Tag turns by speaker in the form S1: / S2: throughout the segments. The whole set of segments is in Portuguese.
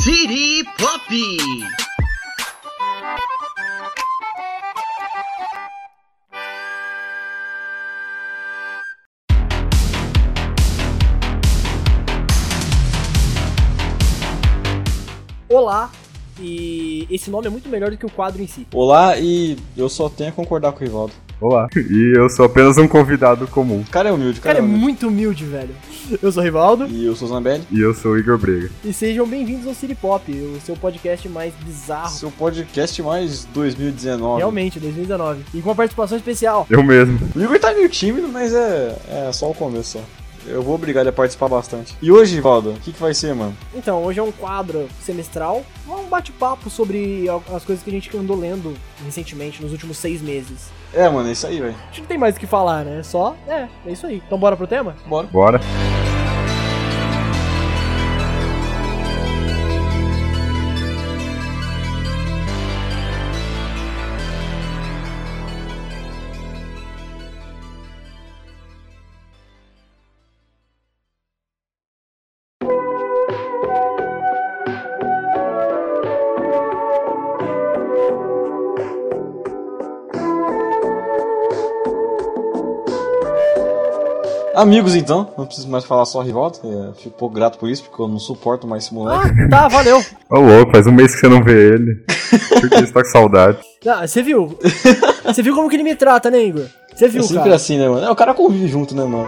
S1: City Pop!
S2: Olá, e esse nome é muito melhor do que o quadro em si.
S3: Olá, e eu só tenho a concordar com o Rivaldo.
S4: Olá, e eu sou apenas um convidado comum.
S3: O cara é humilde, o
S2: O cara é
S3: humilde.
S2: muito humilde, velho. Eu sou o Rivaldo
S3: E eu sou o Zambelli.
S4: E eu sou o Igor Brega.
S2: e sejam bem-vindos ao City Pop, o seu podcast mais bizarro,
S3: Seu podcast mais 2019.
S2: realmente, 2019. E com uma participação especial.
S4: Eu mesmo.
S3: O Igor tá meio tímido, mas é, é só o começo, só. Eu vou obrigar ele a participar bastante. E hoje, Rivaldo, o que, que vai ser, mano?
S2: Então, hoje é um quadro semestral, um bate-papo sobre al- as coisas que a gente andou lendo recentemente, nos últimos seis meses.
S3: É, mano, é isso aí, velho.
S2: A gente não tem mais o que falar, né? Só, é, é isso aí. Então bora pro tema?
S3: Bora.
S4: Bora.
S3: Amigos, então, não preciso mais falar só Rivaldo. é, fico um pouco grato por isso, porque eu não suporto mais esse moleque.
S2: Ah, tá, valeu.
S4: Ô louco, faz um mês que você não vê ele. Por que você tá com saudade?
S2: Ah, Você viu? Você viu como que ele me trata, né, Igor? Você
S3: É
S2: viu,
S3: sempre
S2: cara?
S3: assim, né, mano? É, o cara convive junto, né, mano?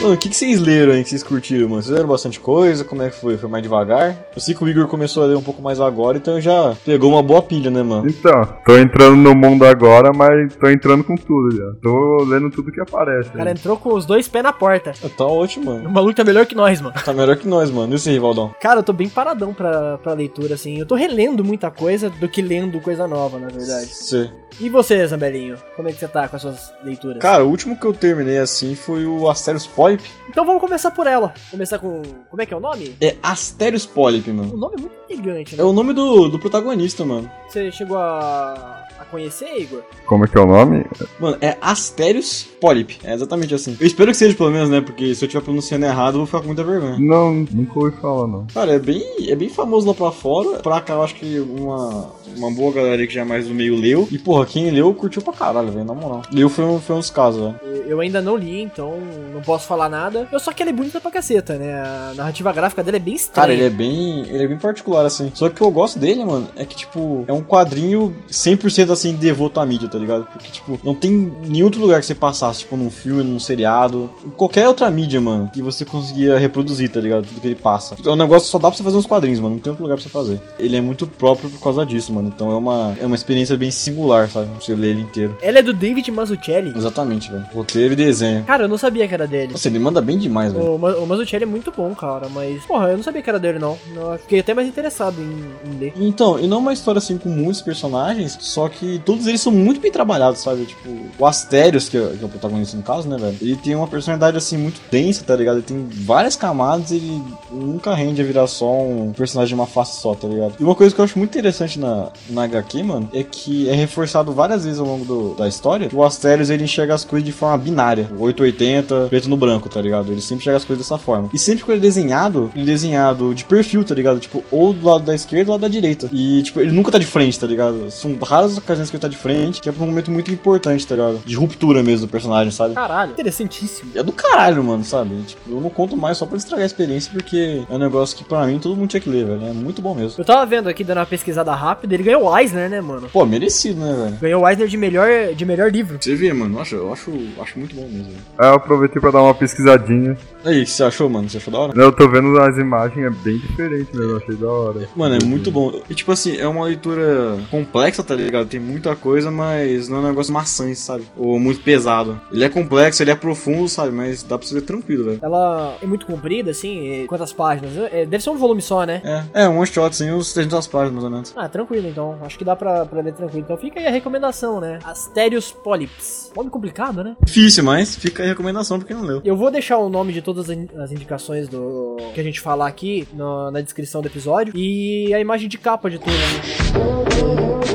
S3: Mano, o que, que vocês leram aí que vocês curtiram, mano? Vocês leram bastante coisa? Como é que foi? Foi mais devagar? Eu sei que o Igor começou a ler um pouco mais agora, então já pegou uma boa pilha, né, mano?
S4: Então, tô entrando no mundo agora, mas tô entrando com tudo já. Tô lendo tudo que aparece.
S2: O cara entrou com os dois pés na porta.
S3: Tá ótimo,
S2: O
S3: mano.
S2: maluco tá melhor que nós, mano.
S3: Tá melhor que nós, mano. E esse Rivaldão?
S2: Cara, eu tô bem paradão pra, pra leitura, assim. Eu tô relendo muita coisa do que lendo coisa nova, na verdade.
S3: Você.
S2: E você, Zambelinho? Como é que você tá com as suas leituras?
S3: Cara, o último que eu terminei assim foi o Asterios Polyp.
S2: Então vamos começar por ela. Começar com. Como é que é o nome?
S3: É Asterios Polyp, mano.
S2: O nome é muito gigante,
S3: É
S2: né?
S3: o nome do, do protagonista, mano.
S2: Você chegou a. a conhecer, Igor?
S4: Como é que é o nome?
S3: Mano, é Asterios Polyp. É exatamente assim. Eu espero que seja pelo menos, né? Porque se eu estiver pronunciando errado, eu vou ficar com muita vergonha.
S4: Não, nunca ouvi falar, não.
S3: Cara, é bem, é bem famoso lá pra fora. Pra cá, eu acho que uma, uma boa galera aí que já é mais do meio leu. E, porra, quem leu curtiu pra caralho, velho, na moral. Leu foi, um, foi uns casos, velho.
S2: Eu eu ainda não li, então não posso falar nada. Eu só que ela é bonita pra caceta, né? A narrativa gráfica dela é bem estranha.
S3: Cara, ele é bem. Ele é bem particular, assim. Só que o que eu gosto dele, mano, é que, tipo, é um quadrinho 100% assim, devoto à mídia, tá ligado? Porque, tipo, não tem nenhum outro lugar que você passasse, tipo, num filme, num seriado, em qualquer outra mídia, mano, que você conseguia reproduzir, tá ligado? Tudo que ele passa. É um negócio que só dá pra você fazer uns quadrinhos, mano. Não tem outro lugar pra você fazer. Ele é muito próprio por causa disso, mano. Então é uma, é uma experiência bem singular, sabe? Você lê ele inteiro.
S2: Ela é do David Mazzucchelli.
S3: Exatamente, velho. Roteiro e desenho.
S2: Cara, eu não sabia que era dele.
S3: Nossa, ele manda bem demais, velho.
S2: O, Ma- o Mazzucchelli é muito bom, cara, mas... Porra, eu não sabia que era dele, não. Eu fiquei até mais interessado em, em ler.
S3: Então, e não é uma história assim com muitos personagens, só que todos eles são muito bem trabalhados, sabe? Tipo, o Asterios, que é, que é o protagonista no caso, né, velho? Ele tem uma personalidade assim muito densa, tá ligado? Ele tem várias camadas e ele nunca rende a virar só um personagem de uma face só, tá ligado? E uma coisa que eu acho muito interessante na, na HQ, mano, é que é reforçado várias vezes ao longo do- da história que o Asterios ele enxerga as coisas de forma binária: 880, preto no branco, tá ligado? Ele sempre enxerga as coisas dessa forma. E sempre que ele é desenhado, ele é desenhado de perfil, tá ligado? Tipo, ou do lado da esquerda ou do lado da direita. E, tipo, ele nunca tá de frente, tá ligado? São raras as ocasiões que ele tá de frente, que é pra um momento muito importante, tá ligado? De ruptura mesmo do personagem, sabe?
S2: Caralho. Interessantíssimo.
S3: É do caralho, mano, sabe? Tipo, eu não conto mais só pra estragar a experiência, porque é um negócio que pra mim todo mundo tinha que ler, velho. É muito bom mesmo.
S2: Eu tava vendo aqui, dando uma pesquisada rápida, ele ganhou o Eisner, né, mano?
S3: Pô, merecido, né, velho?
S2: Ganhou o Eisner de melhor, de melhor livro.
S3: Você vê, mano, eu acho, eu acho, acho muito bom mesmo. velho.
S4: Ah, eu aproveitei pra dar uma pesquisadinha.
S3: Aí, o que você achou, mano? Você achou da hora?
S4: Eu tô vendo as imagens, é bem diferente mesmo, achei da hora.
S3: Mano, é muito bom. E tipo assim, é uma leitura complexa, tá ligado? Tem muita coisa, mas não é um negócio maçante, sabe? Ou muito pesado. Ele é complexo, ele é profundo, sabe? Mas dá pra você ler tranquilo, velho.
S2: Ela é muito comprida, assim, é- quantas páginas? É, deve ser um volume só, né?
S3: É, é um one shot, assim, uns 300 páginas, mais ou menos.
S2: Ah, tranquilo, então. Acho que dá pra, pra ler tranquilo. Então fica aí a recomendação, né? Asterios Polyps. Nome complicado, né?
S3: Difícil, mas fica aí a recomendação pra quem não leu.
S2: Eu vou deixar o nome de todas as in- as indicações do que a gente falar aqui na- na descrição do episódio e a imagem de capa de tudo. Né?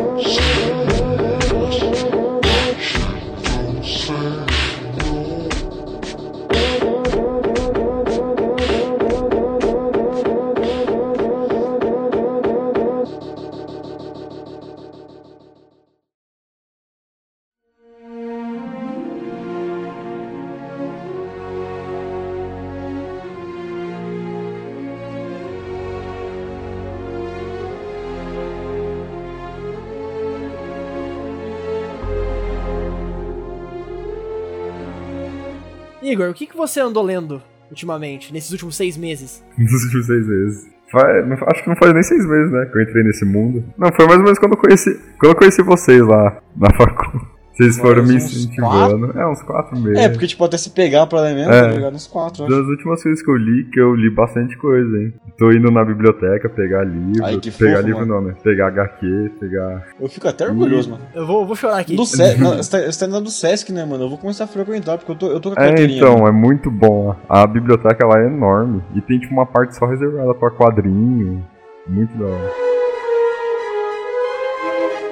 S2: Igor, o que, que você andou lendo ultimamente, nesses últimos seis meses?
S4: Nos últimos seis meses. Faz- não- acho que não faz nem seis meses, né? Que eu entrei nesse mundo. Não, foi mais ou menos quando eu conheci, quando eu conheci vocês lá na faculdade. Vocês
S3: Mais
S4: foram me
S3: uns
S4: incentivando. É, uns quatro meses.
S3: É, porque, tipo, até se pegar pra ler mesmo,
S4: É.
S3: tá ligado? Uns quatro, né?
S4: Das últimas coisas que eu li, que eu li bastante coisa, hein? Tô indo na biblioteca pegar livro.
S3: Ai, que fofo,
S4: pegar livro
S3: mano.
S4: não, né? Pegar HQ, pegar.
S3: Eu fico até orgulhoso, mano.
S2: Eu vou, vou chorar aqui.
S3: Do Se... não, você tá- você tá indo do Sesc, né, mano? Eu vou começar a frequentar, porque eu tô, eu tô com a
S4: É,
S3: carteirinha.
S4: então, é muito bom. A biblioteca lá é enorme. E tem tipo uma parte só reservada pra quadrinho. Muito da hora.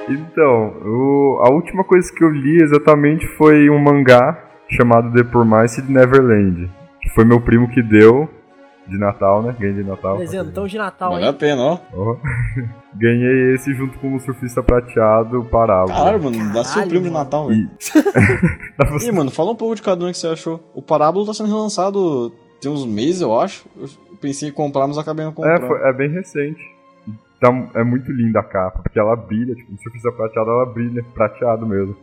S4: Então, o- a última coisa que eu li exatamente foi um mangá chamado The Promised Neverland. Que foi meu primo que deu de Natal, né? Ganhei de Natal.
S2: Presentão Tá de Natal,
S3: Vale a
S2: hein?
S3: pena, ó.
S4: Ó. Ganhei esse junto com o surfista prateado Parábola.
S3: Caralho, mano, dá seu
S2: Caralho,
S3: prêmio de
S2: mano.
S3: Natal, velho.
S4: E- Dá pra-
S3: E, mano, fala um pouco de cada um que você achou. O Parábola tá sendo relançado tem uns meses, eu acho. Eu pensei em comprar, mas acabei não
S4: é,
S3: comprando.
S4: foi- é bem recente. Tá, é muito linda a capa, porque ela brilha, tipo, o surfista prateado ela brilha, prateado mesmo.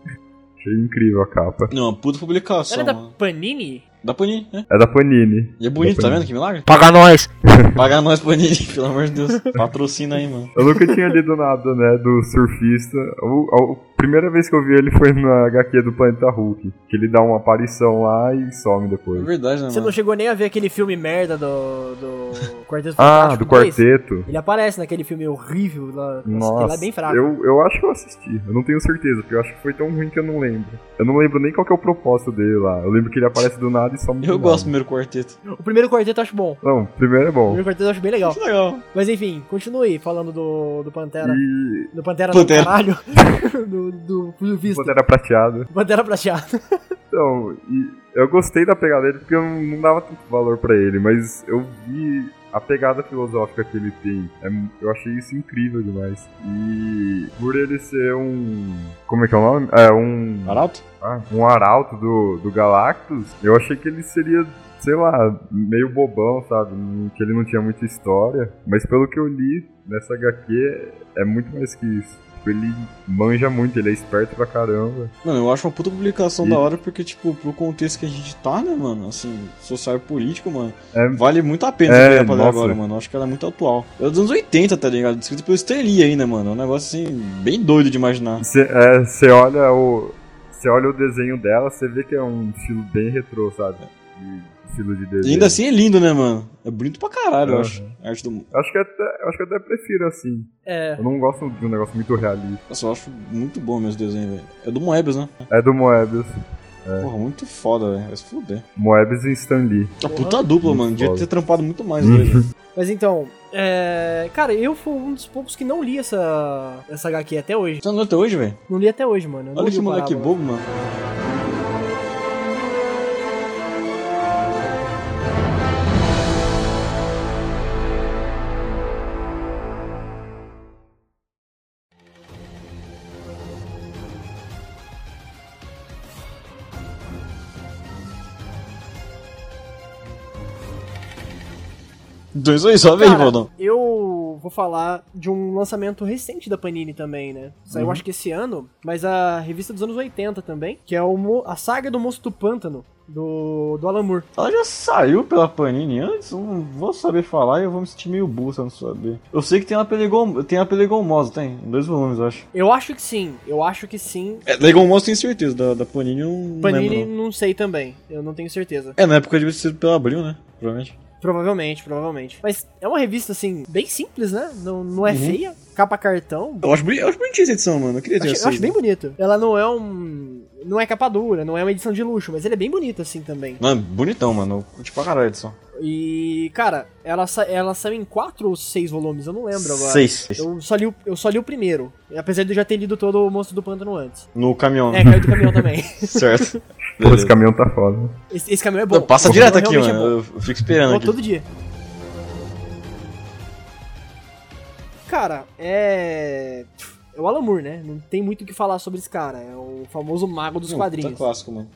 S4: Achei incrível a capa.
S3: Não, é puta publicação,
S2: Era da
S3: mano.
S2: Panini?
S3: Da Panini, né?
S4: É da Panini.
S3: E é bonito,
S4: Da
S3: tá
S4: Panini.
S3: vendo? Que milagre.
S2: Paga nós!
S3: Paga nós, Panini, pelo amor de Deus. Patrocina aí, mano.
S4: Eu nunca tinha lido nada, né, do surfista. O- a- a primeira vez que eu vi ele foi na HQ do Planeta Hulk, que ele dá uma aparição lá e some
S3: É
S4: depois.
S3: verdade, né,
S2: Você não
S3: mano?
S2: chegou nem a ver aquele filme merda do, do Quarteto
S4: Ah,
S2: Fantástico
S4: do
S2: dois?
S4: quarteto.
S2: Ele aparece naquele filme horrível lá. Nossa, aquele lá
S4: Nossa,
S2: é bem fraco.
S4: Eu, eu acho que eu assisti, eu não tenho certeza, porque eu acho que foi tão ruim que eu não lembro. Eu não lembro nem qual que é o propósito dele lá. Eu lembro que ele aparece do nada e some do
S3: Eu
S4: nada.
S3: gosto do primeiro quarteto.
S2: O primeiro quarteto eu acho bom.
S4: Não, o primeiro é
S2: O
S4: bom.
S2: primeiro quarteto eu acho bem legal.
S3: Que legal.
S2: Mas enfim, continue falando do, do Pantera.
S4: E
S2: Do Pantera,
S3: Pantera.
S2: do caralho. do, do, do visto.
S4: quando era prateado.
S2: Pantera prateado.
S4: Então, e eu gostei da pegada dele porque eu não não dava tanto valor pra ele, mas eu vi a pegada filosófica que ele tem. É mu- eu achei isso incrível demais. E por ele ser um. Como é que é o nome? É um.
S3: Arauto?
S4: Ah, um arauto do, do Galactus, eu achei que ele seria, sei lá, meio bobão, sabe? Não- Que ele não tinha muita história. Mas pelo que eu li nessa HQ, é muito mais que isso. Tipo, ele manja muito, ele é esperto pra caramba.
S3: Mano, eu acho uma puta publicação
S4: E-
S3: da hora, porque, tipo, pro contexto que a gente tá, né, mano? Assim, social e político, mano.
S4: É-
S3: Vale muito a pena
S4: É,
S3: pegar pra ler
S4: nossa.
S3: agora, mano. Eu Acho que ela é muito atual. É dos anos 80, tá ligado? Escrito pelo Stanley ainda, mano. É um negócio, assim, bem doido de imaginar.
S4: Você é, cê olha o. Você olha o desenho dela, você vê que é um estilo bem retrô, sabe? De estilo de
S3: E
S4: desenho.
S3: ainda assim é lindo, né, mano? É bonito pra caralho, eu
S4: Uhum.
S3: acho. A arte do...
S4: Acho que até, acho que até prefiro assim.
S2: É.
S4: Eu não gosto de um negócio muito realista.
S3: Nossa, eu acho muito bom mesmo o desenho, velho. É do Moebius, né?
S4: É do Moebius. É.
S3: Porra, muito foda, velho. Vai se fuder.
S4: Moebius e Stan Lee.
S3: A puta dupla,
S4: Muito
S3: mano. Devia
S4: foda.
S3: ter trampado muito mais, né, velho.
S2: Mas então, é. Cara, eu fui um dos poucos que não li essa. Essa HQ até hoje.
S3: Você andou até hoje, velho?
S2: Não li até hoje, mano. Eu não
S3: Olha
S2: li
S3: que
S2: o
S3: moleque
S2: Parábola.
S3: bobo, mano. Dois aí, só vem,
S2: Cara,
S3: Valdão.
S2: Eu vou falar de um lançamento recente da Panini também, né? Saiu
S3: Uhum.
S2: acho que esse ano, mas a revista dos anos 80 também, que é o Mo- a saga do Monstro do Pântano, do, do Alan Moore.
S3: Ela já saiu pela Panini antes? Eu Não vou saber falar e eu vou me sentir meio burro se eu não saber. Eu sei que tem a Pelegom... Tem a Pelegomosa, tem. Em dois volumes, eu acho.
S2: Eu acho que sim, eu acho que sim.
S3: É, Legomosa tenho certeza, da, da Panini eu não
S2: Panini,
S3: lembro. não.
S2: não sei também, eu não tenho certeza.
S3: É, na época devia ter sido pela Abril, né? Provavelmente.
S2: Provavelmente, provavelmente. Mas é uma revista, assim, bem simples, né? Não, não é
S3: Uhum.
S2: feia, capa cartão.
S3: Eu acho, boni- eu acho bonitinha essa edição, mano. Eu queria
S2: Eu
S3: ter
S2: acho, eu
S3: essa.
S2: acho bem bonito. Ela não é um. Não é capa dura, não é uma edição de luxo, mas ele é bem bonito assim também.
S3: Não, é bonitão, mano. Eu curti pra caralho a edição.
S2: E, cara, ela, sa- ela saiu em quatro ou seis volumes, eu não lembro agora.
S3: Seis.
S2: Eu só, li o, eu só li o primeiro, apesar de eu já ter lido todo o Monstro do Pântano antes.
S3: No caminhão,
S2: É,
S3: né?
S2: caiu do caminhão também.
S3: certo.
S4: Pô, esse
S3: Beleza.
S4: caminhão tá foda.
S2: Esse, esse caminhão é
S3: Não,
S2: bom.
S3: passa
S2: Esse
S3: direto
S2: caminhão
S3: aqui,
S2: realmente
S3: mano.
S2: É bom.
S3: Eu eu fico esperando
S2: Bom,
S3: aqui.
S2: todo dia. Cara, é... É o Alan Moore, né? Não tem muito o que falar sobre esse cara. É o famoso mago dos
S3: Não,
S2: quadrinhos.
S3: Tá clássico, mano.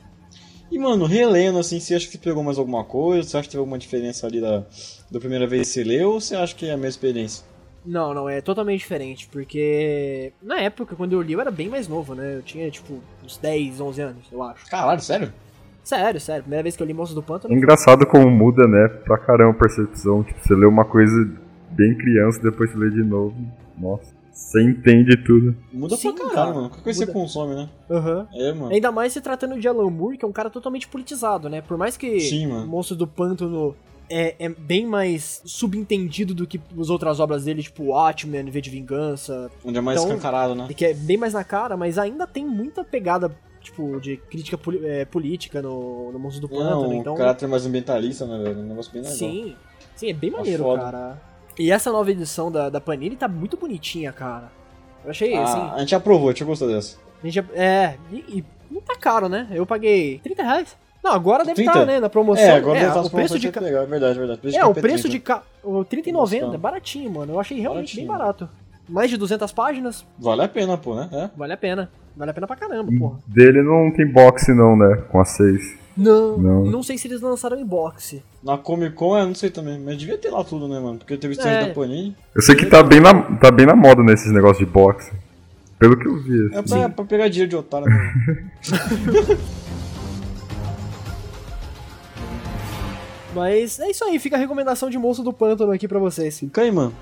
S3: E, mano, relendo, assim, você acha que pegou mais alguma coisa? Você acha que teve alguma diferença ali da, da primeira vez que você leu? Ou você acha que é a mesma experiência?
S2: Não, não, é totalmente diferente, porque na época, quando eu li, eu era bem mais novo, né? Eu tinha, tipo, uns 10, 11 anos, eu acho.
S3: Caralho, sério?
S2: Sério, sério. Primeira vez que eu li Monstros do Pântano.
S4: É engraçado como muda, né? Pra caramba a percepção. Tipo, você lê uma coisa bem criança, depois você lê de novo. Nossa, você entende tudo.
S3: Muda
S2: Sim,
S3: pra
S2: cara.
S3: caralho, mano. O que que você
S2: Muda.
S3: consome, né?
S2: Aham.
S3: É, mano.
S2: Ainda mais se tratando de Alan Moore, que é um cara totalmente politizado, né? Por mais que
S3: Sim, mano.
S2: Monstro do Pântano é, é bem mais subentendido do que as outras obras dele, tipo Watchmen, V de Vingança,
S3: Onde é mais
S2: Então-
S3: escancarado, né?
S2: e que é bem mais na cara, mas ainda tem muita pegada, tipo, de crítica poli- é, política no, no Monstro do Pântano,
S3: Não,
S2: então...
S3: o caráter mais ambientalista, né, velho? Um negócio bem legal.
S2: Sim, sim, é bem
S3: Tá
S2: maneiro,
S3: foda.
S2: cara. E essa nova edição da, da Panini tá muito bonitinha, cara. Eu achei, assim...
S3: Ah, a gente aprovou, deixa eu gostar dessa.
S2: A gente já- é, e, e não tá caro, né? Eu paguei 30 reais. Não, agora deve
S3: 30?
S2: estar, né? Na promoção.
S3: é, agora
S2: é,
S3: deve
S2: o preço de ca-
S3: legal, é verdade, é verdade.
S2: É, o preço de ca... o 30,90,
S3: Nossa.
S2: baratinho, mano. Eu achei realmente bem
S3: Baratinho.
S2: barato. Mais de 200 páginas,
S3: Vale a pena, pô, né? É.
S2: vale a pena. Vale a pena pra caramba, porra.
S4: Dele não tem boxe, não, né? Com a 6.
S2: Não,
S4: Não.
S2: não, sei se eles lançaram em boxe.
S3: Na Comic Con, eu não sei também, mas devia ter lá tudo, né, mano? Porque teve stand
S2: É.
S3: da Panini.
S4: Eu sei que tá bem na, tá bem na moda nesses negócios de boxe. Pelo que eu vi.
S3: É
S4: assim.
S3: pra, pra pegar dinheiro de otário, né? mano.
S2: Mas é isso aí, fica a recomendação de Monstro do Pântano aqui pra vocês.
S3: Fica aí, mano.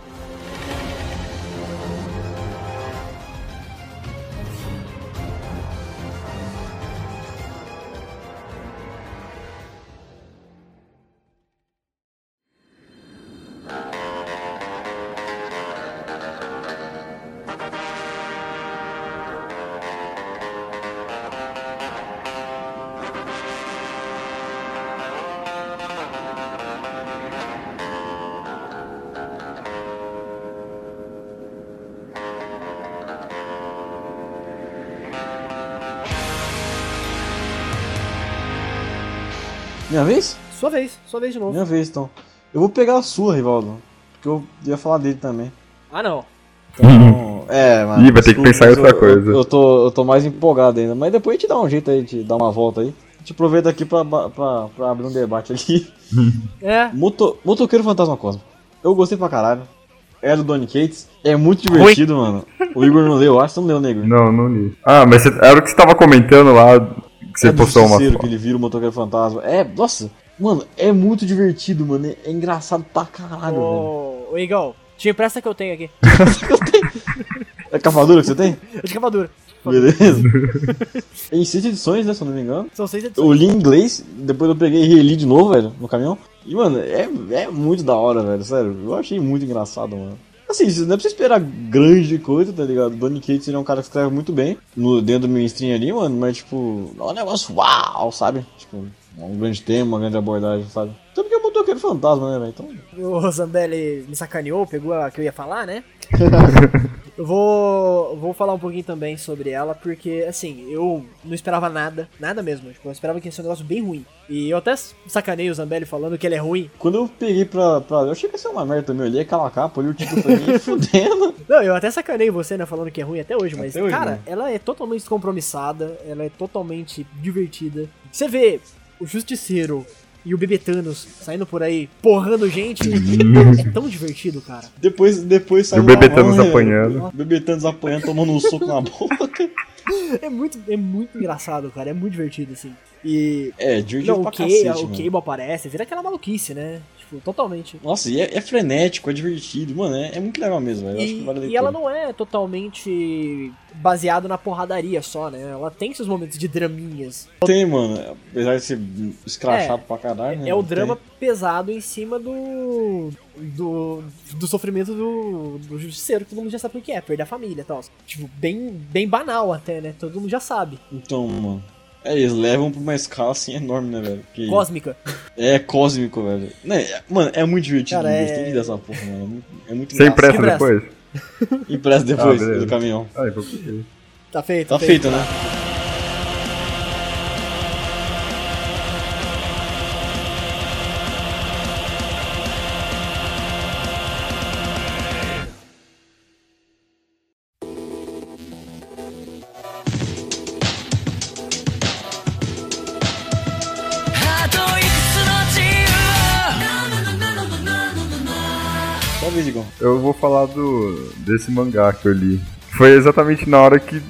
S3: Minha vez?
S2: Sua vez, sua vez de novo.
S3: Minha vez, então. Eu vou pegar a sua, Rivaldo. Porque eu ia falar dele também.
S2: Ah, não.
S3: Então, é, mano.
S4: Ih, vai ter que
S3: desculpa,
S4: pensar em
S3: mas
S4: outra
S3: eu-
S4: coisa.
S3: Eu, eu tô, eu tô mais empolgado ainda. Mas depois a gente dá um jeito aí, te dá uma volta aí. A gente aproveita aqui pra, ba- pra, pra abrir um debate aqui.
S2: É.
S3: Moto, Motoqueiro Fantasma Cosmo. Eu gostei pra caralho. É do Donny Cates. É muito divertido, mano. O Igor não leu, eu acho que você não leu, nego.
S4: Não, não li. Ah, mas você- era o que você tava comentando lá, que você
S3: é do
S4: postou uma
S3: Justiceiro
S4: foto.
S3: que ele vira o motoqueiro fantasma. É, nossa, mano, é muito divertido, mano. É, é engraçado pra caralho,
S2: Oh.
S3: velho.
S2: Ô, ô Igão, tinha pressa que eu tenho aqui.
S3: É cavadura que você tem?
S2: Eu de cavadura.
S3: Beleza. em seis edições, né, se eu não me engano.
S2: São seis edições.
S3: Eu li em inglês, depois eu peguei e reli de novo, velho, no caminhão. E, mano, é, é muito da hora, velho, sério. Eu achei muito engraçado, mano. Assim, não é pra você esperar grande coisa, tá ligado? Donny Cates ele é um cara que escreve muito bem no, dentro do mainstream ali, mano, mas, tipo, não é um negócio uau, sabe? Tipo, é um grande tema, uma grande abordagem, sabe? Até porque eu botou aquele fantasma, né, velho? Então,
S2: O Zambelli me sacaneou, pegou a que eu ia falar, né? eu vou, vou falar um pouquinho também sobre ela, porque, assim, eu não esperava nada, nada mesmo. Tipo, eu esperava que ia ser um negócio bem ruim. E eu até sacanei o Zambelli falando que ele é ruim.
S3: quando eu peguei pra, pra. Eu achei que ia ser uma merda também. Eu olhei aquela capa, olhei o título e falei, "Ih, fudendo.
S2: Não, eu até sacanei você, né, falando que é ruim até hoje, mas,
S3: Até hoje,
S2: cara,
S3: né?
S2: ela é totalmente descompromissada, ela é totalmente divertida. Você vê o Justiceiro e o Bebetanos saindo por aí porrando gente, é tão divertido, cara.
S3: Depois, depois saiu
S4: o
S3: na
S4: Bebetanos
S3: mão, né,
S4: apanhando.
S3: velho? O Bebetanos apanhando, tomando um soco na boca.
S2: É muito, é muito engraçado, cara. É muito divertido, assim. E.
S3: É, divertido
S2: Não, o,
S3: pra
S2: Cable, o
S3: cacete, mano.
S2: Cable aparece, vira aquela maluquice, né? Tipo, totalmente.
S3: Nossa, e é, é frenético, é divertido, mano, é, é muito legal mesmo, velho. Eu acho que
S2: E,
S3: vale a
S2: e ela
S3: leitura.
S2: não é totalmente baseada na porradaria só, né? Ela tem seus momentos de draminhas.
S3: tem, mano, apesar de ser escrachado pra caralho, né,
S2: É o
S3: tem.
S2: drama pesado em cima do. do. do sofrimento do. do justiceiro, que todo mundo já sabe o que é, perder a família e tal. Tipo, bem, bem banal até, né? Todo mundo já sabe.
S3: Então, mano, é, eles levam pra uma escala assim enorme, né, velho? Que
S2: Cósmica.
S3: É cósmico, velho. Né, é- mano, é muito divertido,
S2: Cara,
S3: eu
S2: é-
S3: gostei dessa porra, mano. É muito, é muito
S4: Sem
S3: engraçado.
S4: pressa
S2: pressa.
S4: depois?
S3: Impresso depois
S4: Ah, beleza.
S3: do caminhão.
S4: Ah, eu procurei.
S2: Tá feito,
S3: Tá feito, né? Talvez, Igor.
S4: Eu vou falar do desse mangá que eu li. Foi exatamente na hora que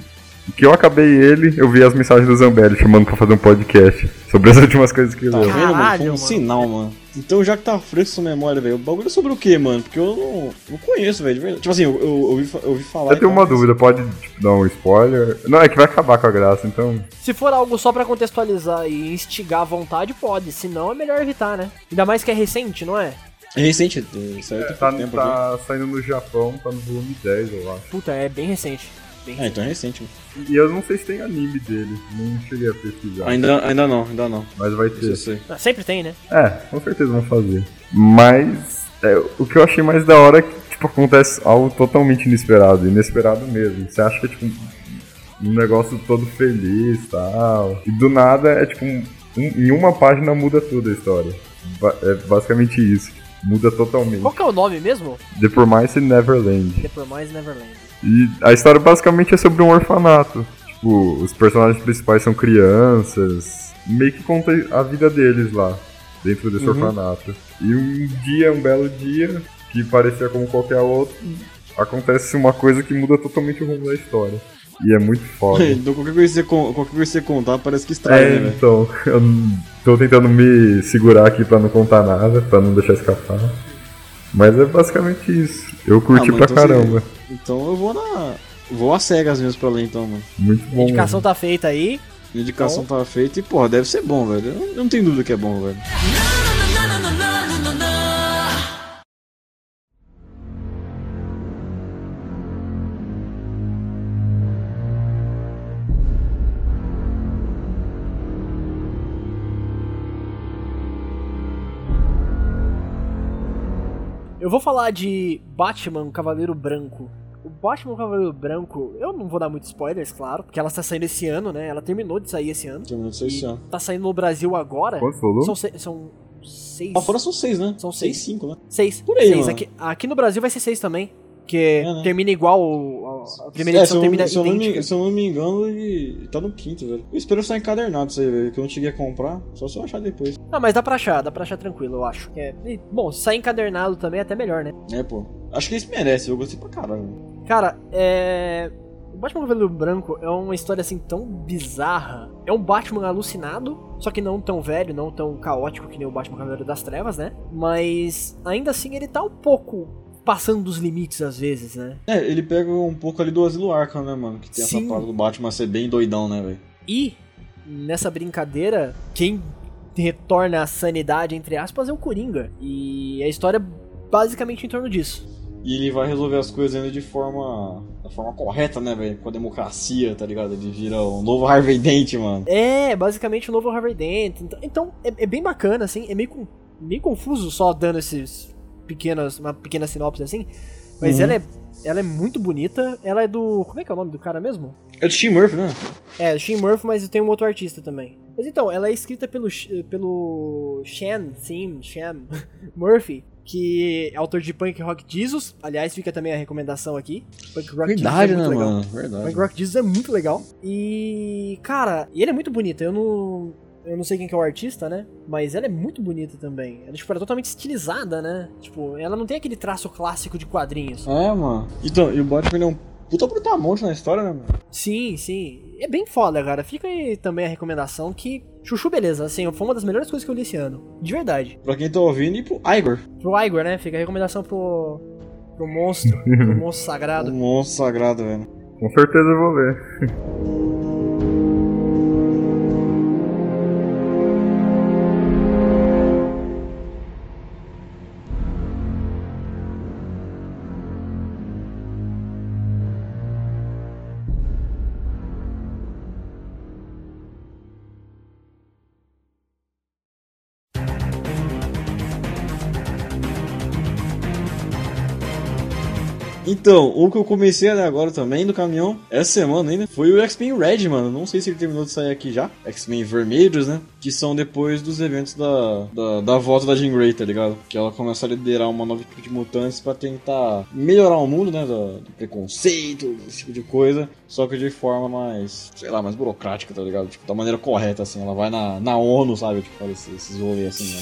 S4: Que eu acabei ele, eu vi as mensagens do Zambelli chamando pra fazer um podcast sobre as últimas coisas que
S3: Tá
S4: leu.
S3: vendo, mano? Foi
S2: Caralho,
S3: um
S2: mano.
S3: sinal, mano. Então, já que tá fresco sua memória, velho, o bagulho é sobre o quê, mano? Porque eu não, não conheço, velho. de verdade. Tipo assim, eu, eu, eu, ouvi, fa- eu ouvi falar.
S4: Eu tenho
S3: e
S4: uma
S3: tal,
S4: dúvida, pode tipo, dar um spoiler? Não, é que vai acabar com a graça, então.
S2: Se for algo só pra contextualizar e instigar à vontade, pode. Se não, é melhor evitar, né? Ainda mais que é recente, não é?
S3: mas É recente, é, saiu tem
S4: Tá,
S3: pouco tempo aqui.
S4: tá saindo no Japão, tá no volume 10, eu acho.
S2: Puta, é bem recente. Bem
S3: Ah,
S2: recente.
S3: então é recente. mano.
S4: E eu não sei se tem anime dele, não cheguei a pesquisar.
S3: Ainda, ainda não, ainda não.
S4: Mas vai
S3: Isso eu
S4: ter.
S3: sei.
S2: Ah, sempre tem, né?
S4: É, com certeza vão fazer. Mas é, o que eu achei mais da hora é que tipo, acontece algo totalmente inesperado, inesperado mesmo. Você acha que é tipo um- um negócio todo feliz e tal. E do nada é tipo um- um- em uma página muda toda a história. Ba- é basicamente isso. Muda totalmente.
S2: Qual que é o nome mesmo?
S4: The Promise é Neverland.
S2: The Promise Neverland.
S4: E a história basicamente é sobre um orfanato. Tipo, os personagens principais são crianças. Meio que conta a vida deles lá, dentro desse
S3: Uhum.
S4: orfanato. E um dia, um belo dia, que parecia como qualquer outro, acontece uma coisa que muda totalmente o rumo da história. E é muito foda.
S3: então, qualquer coisa, que você con- qualquer coisa que você contar parece que estraga,
S4: é,
S3: né, velho?
S4: então, eu n- tô tentando me segurar aqui pra não contar nada, pra não deixar escapar. Mas é basicamente isso. Eu curti
S3: Ah, mano,
S4: pra
S3: então você-
S4: caramba.
S3: Então eu vou na. Vou às cegas mesmo pra ler, então, mano.
S4: Muito
S2: A
S4: bom.
S2: indicação tá feita aí.
S3: A indicação tá feita e, porra, deve ser bom, velho. Eu não- eu não tenho dúvida que é bom, velho.
S2: Eu vou falar de Batman Cavaleiro Branco. O Batman Cavaleiro Branco, eu não vou dar muitos spoilers, claro, porque ela está saindo esse ano, né? Ela terminou de sair esse ano.
S3: Terminou de sair esse ano.
S2: Tá saindo no Brasil agora.
S4: Quantos volumes?
S2: São, se- são seis.
S3: Lá fora são seis, né?
S2: São
S3: seis,
S2: seis.
S3: cinco, né?
S2: Seis.
S3: Por aí,
S2: seis.
S3: mano.
S2: Aqui, aqui no Brasil vai ser seis também. Que
S3: né?
S2: termina igual. o- A, a primeira
S3: É,
S2: edição
S3: se eu,
S2: termina
S3: se, eu não me,
S2: idêntica.
S3: se eu não me engano, ele tá no quinto, velho. Eu espero sair encadernado isso aí, velho, que eu não cheguei a comprar. Só se eu achar depois.
S2: Ah, mas dá pra achar, dá pra achar tranquilo, eu acho. É, e, bom, se sair encadernado também é até melhor, né?
S3: É, pô. Acho que eles merecem, eu gostei pra caralho. mano.
S2: Cara, é. O Batman Cavaleiro Branco é uma história assim tão bizarra. É um Batman alucinado, só que não tão velho, não tão caótico que nem o Batman Cavaleiro das Trevas, né? Mas ainda assim ele tá um pouco passando dos limites às vezes, né?
S3: É, ele pega um pouco ali do Asilo Arkham, né, mano? Que tem
S2: Sim.
S3: essa parada do Batman ser bem doidão, né, velho?
S2: E nessa brincadeira, quem retorna à sanidade, entre aspas, é o Coringa. E a história é basicamente em torno disso.
S3: E ele vai resolver as coisas ainda de forma. da forma correta, né, velho? Com a democracia, tá ligado? Ele vira o novo Harvey Dent, mano.
S2: É, basicamente o novo Harvey Dent. Então, então, é, é bem bacana, assim, é meio, con- meio confuso só dando esses pequenas, uma pequena sinopse assim. Mas
S3: Uhum.
S2: ela é. Ela é muito bonita, ela é do. Como é que é o nome do cara mesmo?
S3: É do Tim Murphy, né?
S2: É, Shane Murphy, mas tem um outro artista também. Mas então, ela é escrita pelo, Sh- pelo Shan, sim, Shan Murphy, que é autor de Punk Rock Jesus. Aliás, fica também a recomendação aqui. Punk Rock
S3: Verdade,
S2: Jesus é
S3: né,
S2: muito legal.
S3: mano?
S2: Punk
S3: Verdade.
S2: Rock Jesus é muito legal. E, cara, e ele é muito bonito. Eu não, eu não sei quem que é o artista, né? Mas ela é muito bonita também. Ela, tipo, ela é totalmente estilizada, né? Tipo, ela não tem aquele traço clássico de quadrinhos.
S3: É, mano. Então, e o Batman ele é um puta brutamonte na história, né, mano?
S2: Sim, sim. É bem foda, cara. Fica aí também a recomendação que Chuchu Beleza, assim, foi uma das melhores coisas que eu li esse ano. De verdade.
S3: Pra quem tá ouvindo, e pro Igor.
S2: Pro Igor, né? Fica a recomendação pro, pro monstro, pro monstro
S3: Um
S2: sagrado.
S3: monstro sagrado, velho.
S4: Com certeza eu vou ver.
S3: Então, o que eu comecei até agora também do caminhão, essa semana ainda, foi o X-Men Red, mano. Não sei se ele terminou de sair aqui já. X-Men Vermelhos, né? Que são depois dos eventos da, da, da volta da Jean Grey, tá ligado? Que ela começa a liderar uma nova equipe de mutantes pra tentar melhorar o mundo, né? Do, do preconceito, esse tipo de coisa. Só que de forma mais, sei lá, mais burocrática, tá ligado? Tipo, da maneira correta, assim. Ela vai na, na ONU, sabe? Tipo, faz esses, esses rolês assim, né?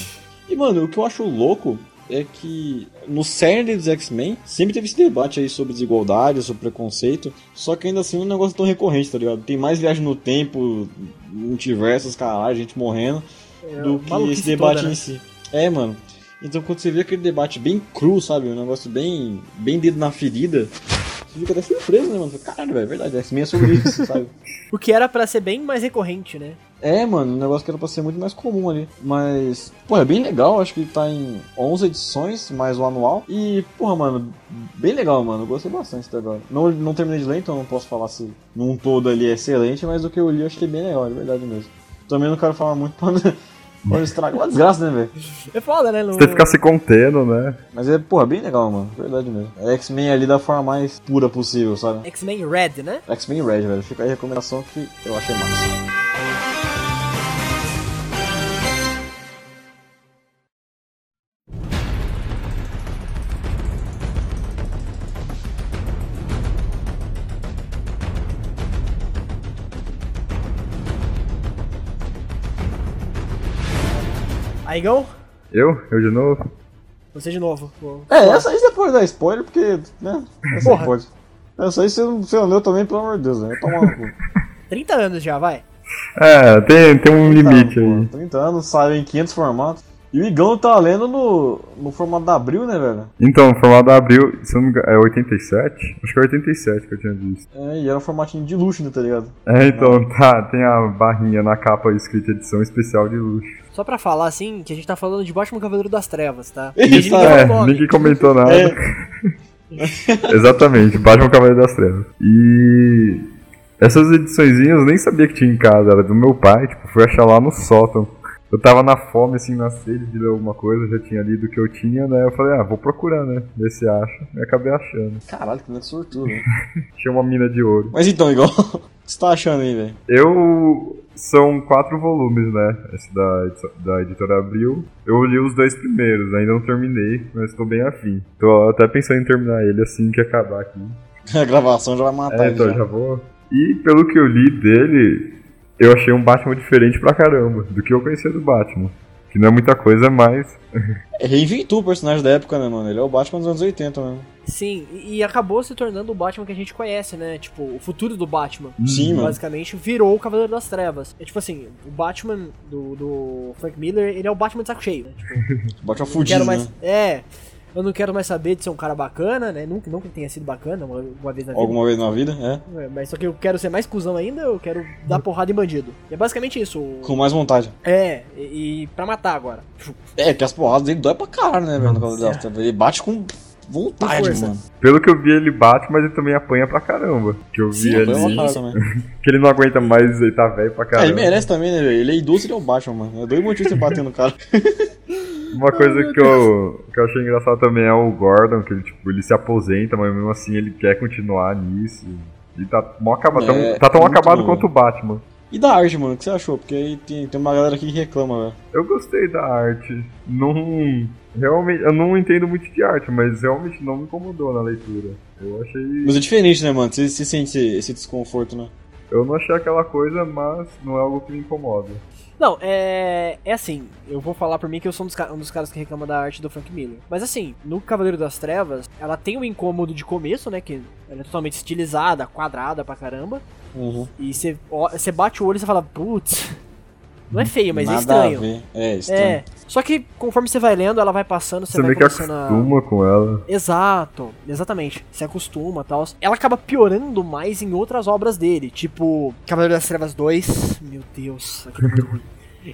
S3: E, mano, o que eu acho louco é que no cerne dos X-Men sempre teve esse debate aí sobre desigualdade, sobre preconceito, só que ainda assim é um negócio tão recorrente, tá ligado? Tem mais viagem no tempo, multiversos, caralho, gente morrendo,
S2: É,
S3: do que
S2: maluquice
S3: esse debate
S2: toda, né?
S3: em si. É, mano. Então quando você vê aquele debate bem cru, sabe? Um negócio bem, bem dedo na ferida, você fica até surpreso, né, mano? Fala, Caralho, velho, é verdade, X-Men é sobre isso, sabe?
S2: O que era pra ser bem mais recorrente, né?
S3: É, mano, um negócio que era pra ser muito mais comum ali. Mas, pô, é bem legal. Acho que tá em 11 edições, mais o anual. E, porra, mano, bem legal, mano. Eu gostei bastante até agora. Não, não terminei de ler, então não posso falar se num todo ali é excelente, mas do que eu li eu achei bem legal, de verdade mesmo. Também não quero falar muito pra não, pra não estragar. Uma desgraça, né, velho?
S2: É foda, né? Não...
S4: Você tem que ficar se contendo, né?
S3: Mas é, porra, bem legal, mano. de Verdade mesmo. É X-Men ali da forma mais pura possível, sabe?
S2: X-Men Red, né?
S3: X-Men Red, velho. Fica aí a recomendação que eu achei massa.
S2: Aí, Igão,
S4: Eu? Eu de novo?
S2: você de novo. Vou-
S3: É, essa aí você pode dar spoiler, porque, né? Essa
S2: Porra.
S3: Porra. pode. Essa aí você não você não leu também, pelo amor de Deus, né? Toma no cu.
S2: 30 anos já, vai.
S4: É, tem, tem um limite
S3: Tá, porra,
S4: aí.
S3: 30 anos, saiu em 500 formatos. E o Igão tá lendo no, no formato da Abril, né, velho?
S4: Então, o formato abril, se eu não me engano, é 87? Acho que é 87 que eu tinha visto.
S3: É, e era um formatinho de luxo, né, tá ligado?
S4: É, então, tá, tem a barrinha na capa escrita edição especial de luxo.
S2: Só pra falar, assim, que a gente tá falando de Batman Cavaleiro das Trevas, tá?
S3: Isso,
S2: Ninguém
S3: Ah,
S4: é,
S2: falou o nome.
S4: ninguém comentou nada.
S3: É,
S4: Exatamente, Batman Cavaleiro das Trevas. E essas ediçõezinhas eu nem sabia que tinha em casa, era do meu pai, tipo, fui achar lá no sótão. Eu tava na fome, assim, na sede de ler alguma coisa, já tinha lido o que eu tinha, né? Eu falei, ah, vou procurar, né? Ver se acha. E acabei achando.
S3: caralho, que moleque sortudo, né?
S4: Tinha uma mina de ouro.
S3: Mas então, Igão, o que você tá achando aí, velho?
S4: Eu. São quatro volumes, né? Esse da, edição- da editora Abril. Eu li os dois primeiros, ainda não terminei, mas tô bem afim. Tô até pensando em terminar ele assim que acabar aqui.
S3: A gravação já vai matar
S4: É,
S3: ele
S4: então
S3: já.
S4: já vou. E pelo que eu li dele, eu achei um Batman diferente pra caramba do que eu conhecia do Batman. Que não é muita coisa, mas.
S3: É, Reinventou o personagem da época, né, mano? Ele é o Batman dos anos né? 80 mesmo.
S2: Sim, e, e acabou se tornando o Batman que a gente conhece, né? Tipo, o futuro do Batman.
S4: Hum.
S3: Sim, mano.
S2: Basicamente, virou o Cavaleiro das Trevas. É tipo assim, o Batman do, do Frank Miller, ele é o Batman de saco cheio, né? Tipo,
S3: Batman
S2: não
S3: fudido,
S2: quero mais.
S3: né?
S2: É. Eu não quero mais saber de ser um cara bacana, né? Nunca, nunca tenha sido bacana uma, uma vez na vida.
S3: Alguma vez na vida, é.
S2: É, Mas só que eu quero ser mais cuzão ainda, eu quero dar porrada em bandido. E é basicamente isso. o-
S3: Hum. Com mais vontade.
S2: É, e, e pra matar agora.
S3: É, que as porradas dele dói pra caralho, né, velho? no Cavaleiro das Trevas. Ele bate com
S2: Com
S3: vontade,
S2: força.
S3: mano.
S4: Pelo que eu vi, ele bate, mas ele também apanha pra caramba. Que eu vi
S2: Sim,
S4: ele.
S3: Apanha uma
S2: sim.
S3: cara também.
S4: Que ele não aguenta mais, ele tá velho pra
S3: Ah, ele
S4: caramba.
S3: merece também, né, velho? Ele é idoso e ele é o Batman, mano. É dois motivos de você bater no cara.
S4: Uma coisa que eu, que eu achei engraçado também é o Gordon, que ele, tipo, ele se aposenta, mas mesmo assim ele quer continuar nisso. E tá, mó acaba,
S3: É,
S4: tão, tá tão
S3: muito
S4: acabado
S3: bom.
S4: quanto o Batman.
S3: E da arte, mano, o que você achou? Porque aí tem, tem uma galera aqui que reclama, velho.
S4: Eu gostei da arte. Não. Realmente. Eu não entendo muito de arte, mas realmente não me incomodou na leitura. Eu achei.
S3: Mas é diferente, né, mano? Você, você sente esse, esse desconforto, né?
S4: Eu não achei aquela coisa, mas não é algo que me incomoda.
S2: Não, é. É assim, eu vou falar por mim que eu sou um dos, ca- um dos caras que reclama da arte do Frank Miller. Mas assim, no Cavaleiro das Trevas, ela tem um incômodo de começo, né? Que ela é totalmente estilizada, quadrada pra caramba.
S3: Uhum.
S2: E você ó- você bate o olho e você fala, putz, não é feio, mas
S3: Nada
S2: é estranho.
S3: A ver. É, estranho.
S2: É. Só que conforme você vai lendo, ela vai passando, você,
S4: Você,
S2: vai
S4: meio que
S2: começando a.
S4: acostuma com ela.
S2: Exato, exatamente. Se acostuma e tal. Ela acaba piorando mais em outras obras dele, tipo Cavaleiro das Trevas 2. Meu Deus, aquilo é muito ruim.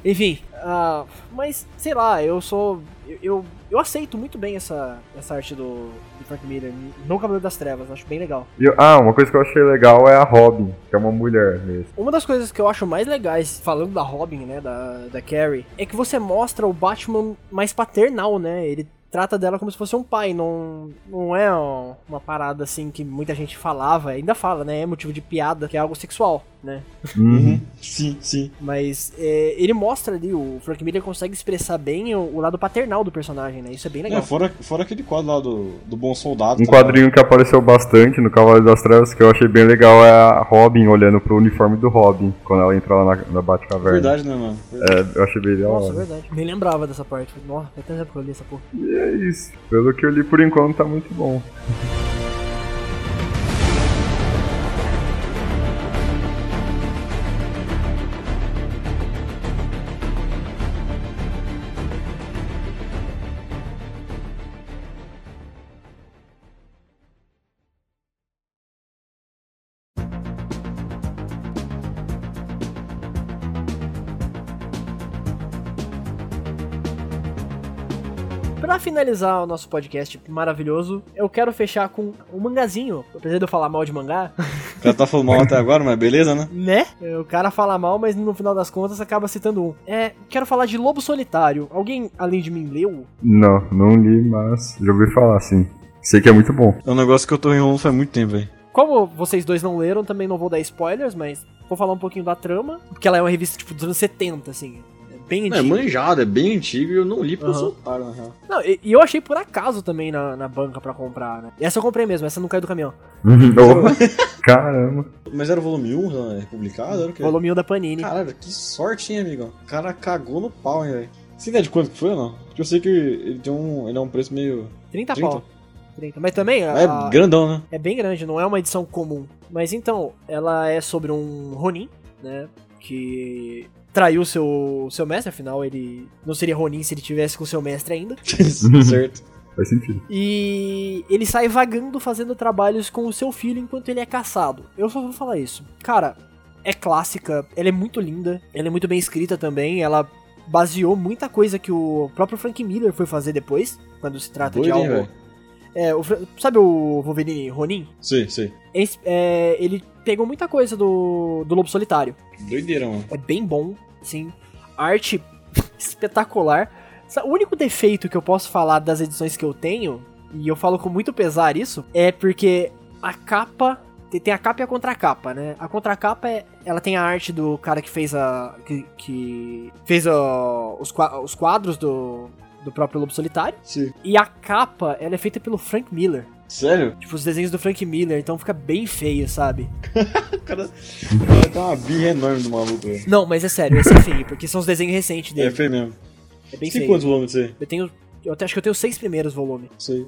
S2: Enfim, ah, mas sei lá, eu sou. Eu, eu, eu aceito muito bem essa, essa arte do, do Frank Miller no Cavaleiro das Trevas, eu acho bem legal.
S4: E eu- ah, uma coisa que eu achei legal é a Robin, que é uma mulher mesmo.
S2: Uma das coisas que eu acho mais legais, falando da Robin, né, da, da Carrie, é que você mostra o Batman mais paternal, né? Ele trata dela como se fosse um pai, não, não é um- uma parada assim que muita gente falava, ainda fala, né? É motivo de piada, que é algo sexual. né?
S4: Uhum.
S3: Sim, sim.
S2: Mas é, ele mostra ali, o Frank Miller consegue expressar bem o, o lado paternal do personagem, né? Isso é bem legal.
S3: É, fora, fora aquele quadro lá do, do Bom Soldado.
S4: Um
S3: tá?
S4: quadrinho que apareceu bastante no Cavaleiro das Trevas que eu achei bem legal é a Robin olhando pro uniforme do Robin quando ela entra lá na, na Batcaverna.
S3: Verdade, né, mano?
S4: É, eu achei bem legal.
S2: Nossa, é verdade. Nem lembrava dessa parte. Nossa, até tempo que eu li essa porra.
S4: E é isso. Pelo que eu li por enquanto tá muito bom.
S2: Pra finalizar o nosso podcast maravilhoso, eu quero fechar com um mangazinho. Apesar de eu falar mal de mangá,
S3: O cara tá falando mal até agora, mas beleza, né?
S2: né? O cara fala mal, mas no final das contas acaba citando um. É, quero falar de Lobo Solitário. Alguém além de mim leu?
S4: Não, não li, mas já ouvi falar sim. Sei que é muito bom.
S3: É um negócio que eu tô enrolando faz muito tempo, velho.
S2: Como vocês dois não leram, também não vou dar spoilers, mas vou falar um pouquinho da trama, porque ela é uma revista tipo dos anos 70, assim. É bem
S3: É
S2: antiga.
S3: manjado, é bem antigo e eu não li porque eu
S2: Aham.
S3: sou otário, na real.
S2: Não, e, e eu achei por acaso também na, na banca pra comprar, né? Essa eu comprei mesmo, essa não caiu do caminhão.
S4: Opa, Oh. caramba.
S3: Mas era o volume 1, né? Publicado? Era o quê?
S2: Volume 1 da Panini.
S3: Caralho, que sorte, hein, amigão? O cara cagou no pau, hein, velho. Você ideia de quanto que foi ou não? Porque eu sei que ele tem um. Ele é um preço meio.
S2: 30,
S3: 30?
S2: pau. 30. Mas também a-
S3: É grandão, né?
S2: é bem grande, não é uma edição comum. Mas então, ela é sobre um Ronin, né? Que traiu seu, seu mestre, afinal ele não seria Ronin se ele tivesse com seu mestre ainda.
S3: certo.
S4: Faz sentido.
S2: E ele sai vagando fazendo trabalhos com o seu filho enquanto ele é caçado. Eu só vou falar isso. Cara, é clássica, ela é muito linda, ela é muito bem escrita também, ela baseou muita coisa que o próprio Frank Miller foi fazer depois, quando se trata
S3: Doido,
S2: tá de
S3: hein,
S2: algo.
S3: velho?
S2: É, o Fra- sabe o Wolverine Ronin?
S3: Sei, sei.
S2: Esse- é, ele pegou muita coisa do, do Lobo Solitário.
S3: Doideira, mano.
S2: É bem bom, sim. Arte espetacular. Sa- O único defeito que eu posso falar das edições que eu tenho, e eu falo com muito pesar isso, é porque a capa. tem- Tem a capa e a contracapa, né? A contracapa é. Ela tem a arte do cara que fez a. que. que fez ó, os, qua- os quadros do. do próprio Lobo Solitário.
S3: Sim.
S2: E a capa, ela é feita pelo Frank Miller.
S3: Sério?
S2: Tipo, os desenhos do Frank Miller, então fica bem feio, sabe?
S3: O cara. O cara tem uma birra enorme do maluco, velho.
S2: Não, mas é sério, esse é feio, porque são os desenhos recentes
S3: É
S2: dele.
S3: feio mesmo.
S2: É bem
S3: Tem
S2: feio.
S3: quantos volumes aí?
S2: Eu tenho. Eu até, acho que eu tenho seis primeiros volumes.
S3: Sei.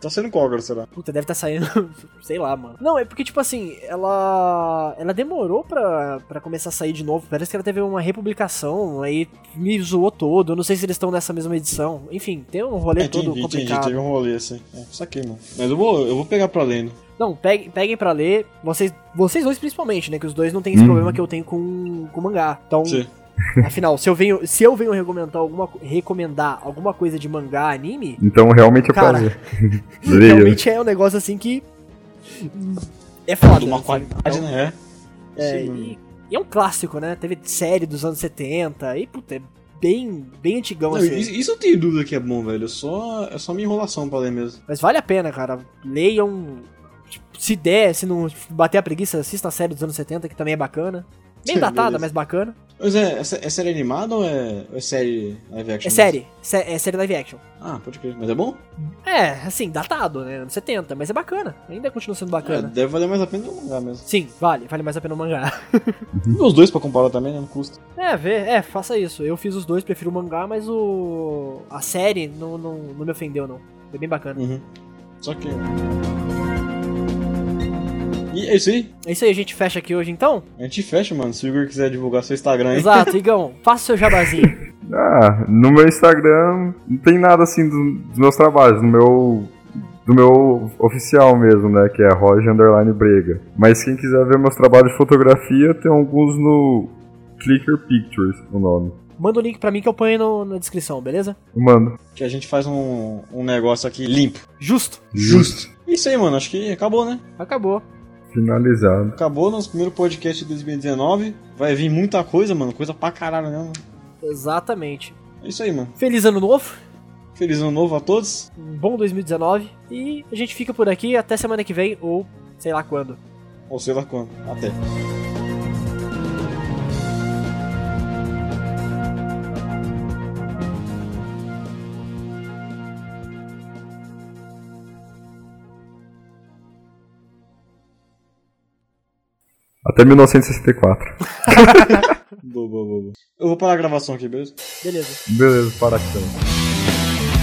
S3: Tá sendo qual agora, será?
S2: Puta, deve estar saindo. sei lá, mano. Não, é porque, tipo assim, ela. Ela demorou pra, pra começar a sair de novo. Parece que ela teve uma republicação, aí me zoou todo. Eu não sei se eles estão nessa mesma edição. Enfim, tem um rolê
S3: É,
S2: todo
S3: entendi, entendi.
S2: complicado.
S3: Teve um rolê assim. É, saquei, mano. Mas eu vou, eu vou pegar pra lendo.
S2: Não, peguem, peguem pra ler. Vocês, vocês dois principalmente, né? Que os dois não têm esse
S4: Uhum.
S2: problema que eu tenho com, com mangá. Então,
S3: Sim.
S2: Afinal, se eu venho, se eu venho recomendar alguma, co- recomendar alguma coisa de mangá, anime,
S4: Então realmente é pra
S2: Cara,
S4: ler. Leia.
S2: realmente é um negócio assim que é foda.
S3: De uma
S2: sabe?
S3: qualidade,
S2: Então,
S3: né?
S2: é,
S3: Sim, mano.
S2: e, e é um clássico, né? Teve série dos anos 70 e puta, é bem, bem antigão
S3: Não,
S2: assim.
S3: isso, isso eu tenho dúvida que é bom, velho. É só, é só minha enrolação pra ler mesmo.
S2: Mas vale a pena, cara. Leiam tipo, se der, se não bater a preguiça, assista a série dos anos 70 que também é bacana. Bem
S3: Sim,
S2: datada,
S3: beleza.
S2: mas bacana.
S3: Mas é, é, sé- é série animada ou é, ou é série live action?
S2: É série, sé- é série live action.
S3: Ah, pode crer. Mas é bom?
S2: É, assim, datado, né? Anos 70, mas é bacana. Ainda continua sendo
S3: É,
S2: bacana.
S3: deve valer mais a pena eu mangá mesmo.
S2: Sim, vale, vale mais a pena o mangá.
S3: Os dois pra comparar também, né? Não custa.
S2: É, vê, é, faça isso. Eu fiz os dois, prefiro o mangá, mas o. a série não, não, não me ofendeu, não. Foi bem bacana.
S3: Uhum. Só que... E é isso aí.
S2: É isso aí, a gente fecha aqui hoje então?
S3: A gente fecha, mano. Se o Igor quiser divulgar seu Instagram aí.
S2: Exato, Igão, faça o seu jabazinho.
S4: Ah, no meu Instagram não tem nada assim do- dos meus trabalhos, no meu do meu oficial mesmo, né, que é Roger Underline Brega. Mas quem quiser ver meus trabalhos de fotografia, tem alguns no Clicker Pictures, o nome.
S2: Manda o link pra mim que eu ponho no- na descrição, beleza?
S4: Eu mando.
S3: Que a gente faz um, um negócio aqui limpo.
S2: Justo.
S3: Justo. Isso aí, mano. Acho que acabou, né?
S2: Acabou.
S4: Finalizado.
S3: Acabou nosso primeiro podcast de 2019. Vai vir muita coisa, mano. Coisa pra caralho, né? mano?
S2: Exatamente.
S3: É isso aí, mano.
S2: Feliz ano novo,
S3: Feliz ano novo a todos.
S2: um bom 2019 e a gente fica por aqui até semana que vem ou sei lá quando.
S3: Ou sei lá quando. Até.
S4: Até 1964.
S3: Boa, boa, boa. boa. Eu vou parar a gravação aqui, beleza?
S2: Beleza.
S4: Beleza, para então. a câmera.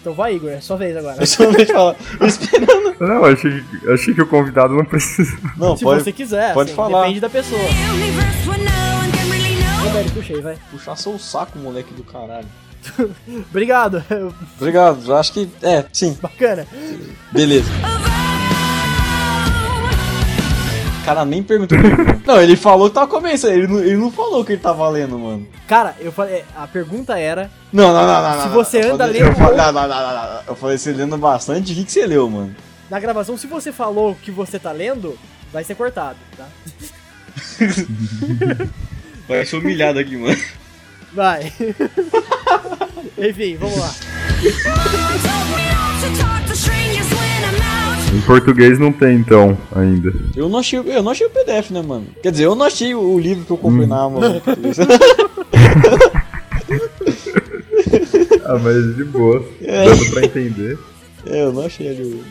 S2: Então vai, Igor, é sua vez agora.
S3: Eu somente falar. Eu esperando.
S4: Não, achei que, achei que o convidado não precisa.
S3: Não,
S2: Se
S3: pode
S2: você quiser,
S3: pode
S2: assim,
S3: falar.
S2: depende da pessoa.
S1: universe where no one can really know.
S2: Ô, velho, puxa aí, vai.
S3: puxar seu saco, moleque do caralho.
S2: Obrigado,
S3: Obrigado, eu acho que. É, sim,
S2: bacana.
S3: beleza. O cara nem perguntou. não, ele falou que tava começando. Ele não, ele não falou que ele tá valendo, mano.
S2: Cara, eu falei, a pergunta era,
S3: Não, não, não, não. não,
S2: Se
S3: não,
S2: você
S3: não. Eu
S2: anda
S3: falei-
S2: lendo-
S3: Eu falei, não, não, não, não, não, não. Eu falei, você lendo bastante, o que, que você leu, mano?
S2: na gravação, se você falou que você tá lendo, vai ser cortado, tá?
S3: Vai ser humilhado aqui, mano.
S2: Vai. Enfim, vamos lá.
S1: Mama told me not to talk to strangers when I'm out.
S4: Em português não tem, então, ainda.
S3: Eu não achei, eu não achei o PDF, né, mano? Quer dizer, eu não achei o, o livro que eu comprei na Amazon. tá
S4: Ah, mas de boa. Dando pra entender.
S3: é, eu não achei ali o.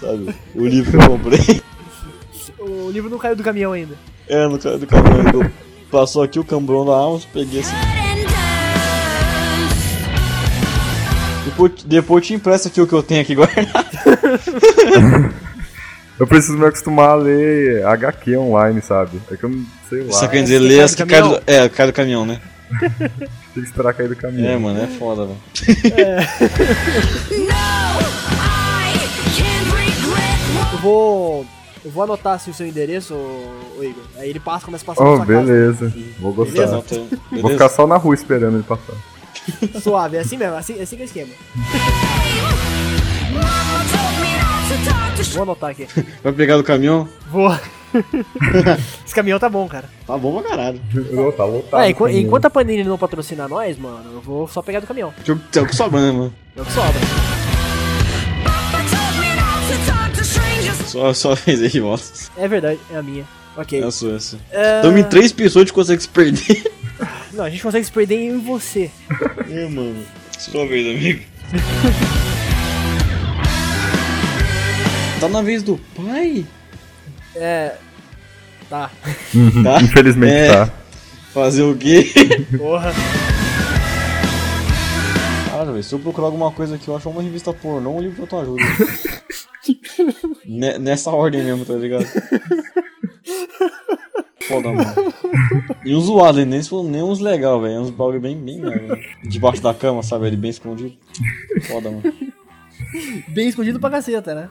S3: Sabe? O livro que eu comprei.
S2: O livro não caiu do caminhão ainda.
S3: É, no, ca- do caminhão. eu- Passou aqui o cambrão da Amazon, peguei esse.
S1: Good and done.
S3: Depois, depois eu te impresso aqui o que eu tenho aqui guardado.
S4: Eu preciso me acostumar a ler HQ online, sabe? É que eu não sei lá.
S3: Só quer
S2: é,
S3: dizer,
S2: esse
S3: lê
S2: cai
S3: as
S2: do
S3: que cai
S2: caminhão?
S3: do, é, cai do caminhão, né?
S4: Tem que esperar cair do caminho.
S3: É, mano, é foda, velho.
S1: No, I can't regret what
S2: Eu vou. Eu vou anotar assim, o seu endereço, ô, ô Igor. Aí ele passa, começa a passar na
S4: Oh,
S2: sua
S4: beleza. Vou gostar.
S3: Beleza? Então,
S4: Vou
S3: beleza?
S4: ficar só na rua esperando ele passar.
S2: casa. Suave, é assim mesmo, é assim, é assim que é o esquema.
S1: Mama told me not to talk to
S2: Vou anotar aqui.
S3: Vai pegar do caminhão?
S2: Vou. Esse caminhão tá bom, cara.
S3: Tá bom pra caralho.
S4: Não, tá lotado.
S2: é, enqu-
S4: também.
S2: enquanto a Panini não patrocinar nós, mano, eu vou só pegar do caminhão.
S3: Porque eu- é o que sobra, né, mano?
S2: É o que sobra.
S1: Mama told me not to talk to strangers.
S3: Só, só fez aí, volta.
S2: É verdade, é a minha. Ok.
S3: É a sua, é a sua.
S2: É,
S3: Tamo em três pessoas que consegue se perder.
S2: Não, a gente consegue se perder em você.
S3: É, mano. Sua vez, amigo. Tá na vez do pai?
S2: É. Tá.
S3: Tá?
S4: Hum, Infelizmente
S3: É.
S4: tá.
S3: Fazer o quê?
S2: Porra.
S3: Caralho, velho, se eu procurar alguma coisa aqui, eu acho uma revista pornô ou um livro de autoajuda. Ne- nessa ordem mesmo, tá ligado? Foda, mano. E uns zoados, hein? nem, se for- nem uns legal, velho. É Uns bagulho bem, bem merda, né? Debaixo da cama, sabe? Ele bem escondido. Foda, mano.
S2: Bem escondido pra caceta, né?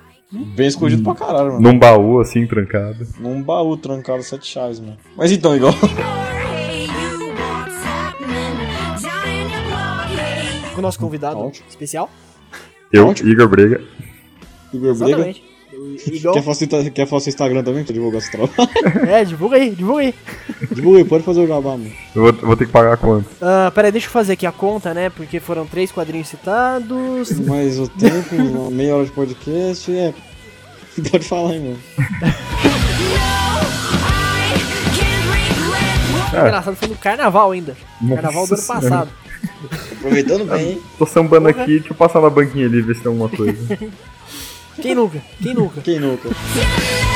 S3: Bem escondido pra caralho, mano.
S4: Num baú assim, trancado.
S3: Num baú trancado, sete chaves, mano. Mas então, igual.
S1: Or hey, you, what's happening down in your block? Hey,
S2: Com o nosso convidado
S3: Ótimo.
S2: especial.
S4: Eu,
S3: Onde?
S4: Igor Brega.
S3: Igor Briga.
S2: Exatamente. O Igor.
S3: Quer facilitar, quer facilitar o Instagram também pra divulgar esse trabalho?
S2: É, divulga aí, divulga aí.
S3: Divulga aí, pode fazer o jabá, mano.
S4: Eu vou, vou ter que pagar quanto?
S2: Ah, peraí, deixa eu fazer aqui a conta, né? Porque foram três quadrinhos citados.
S3: Mas o tempo, uma meia hora de podcast, é. Pode falar, hein, mano.
S1: I can't regret what
S4: É.
S2: Engraçado, foi no carnaval ainda.
S4: Nossa
S2: carnaval do ano
S4: Senhora.
S2: passado.
S3: Aproveitando bem, hein?
S4: Tô sambando aqui, deixa eu passar na banquinha ali e ver se tem alguma coisa.
S2: Quem nunca? Quem nunca?
S3: Quem nunca?
S1: you know.